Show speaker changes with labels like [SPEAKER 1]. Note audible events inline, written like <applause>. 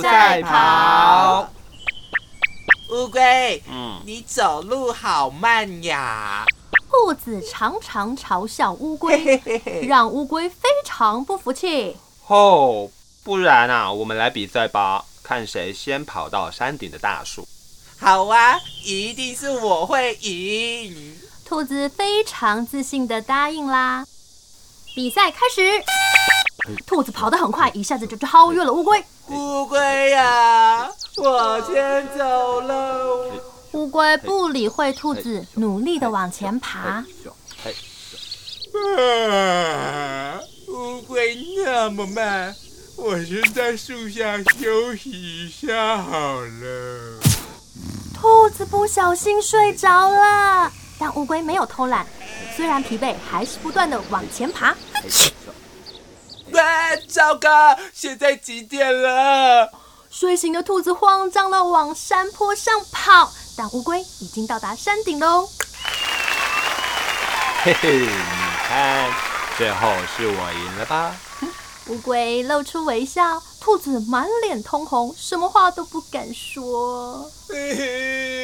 [SPEAKER 1] 快跑！
[SPEAKER 2] 乌龟，
[SPEAKER 3] 嗯，
[SPEAKER 2] 你走路好慢呀！ <laughs>
[SPEAKER 1] 兔子常常嘲笑乌龟，让乌龟非常不服气。
[SPEAKER 3] 哦，不然啊，我们来比赛吧，看谁先跑到山顶的大树。
[SPEAKER 2] 好啊，一定是我会赢。
[SPEAKER 1] 兔子非常自信的答应啦。比赛开始，兔子跑得很快，一下子就超越了乌龟。
[SPEAKER 2] 乌龟呀，我先走喽。
[SPEAKER 1] 乌龟不理会兔子，努力的往前爬。
[SPEAKER 2] 啊，乌龟那么慢，我先在树下休息一下好了。
[SPEAKER 1] 兔子不小心睡着了，但乌龟没有偷懒，虽然疲惫，还是不断的往前爬。
[SPEAKER 2] 啊，糟糕，现在几点了？
[SPEAKER 1] 睡醒的兔子慌张的往山坡上跑，但乌龟已经到达山顶喽。
[SPEAKER 3] 嘿嘿，你看，最后是我赢了吧？
[SPEAKER 1] 乌龟露出微笑，兔子满脸通红，什么话都不敢说。
[SPEAKER 2] 嘿嘿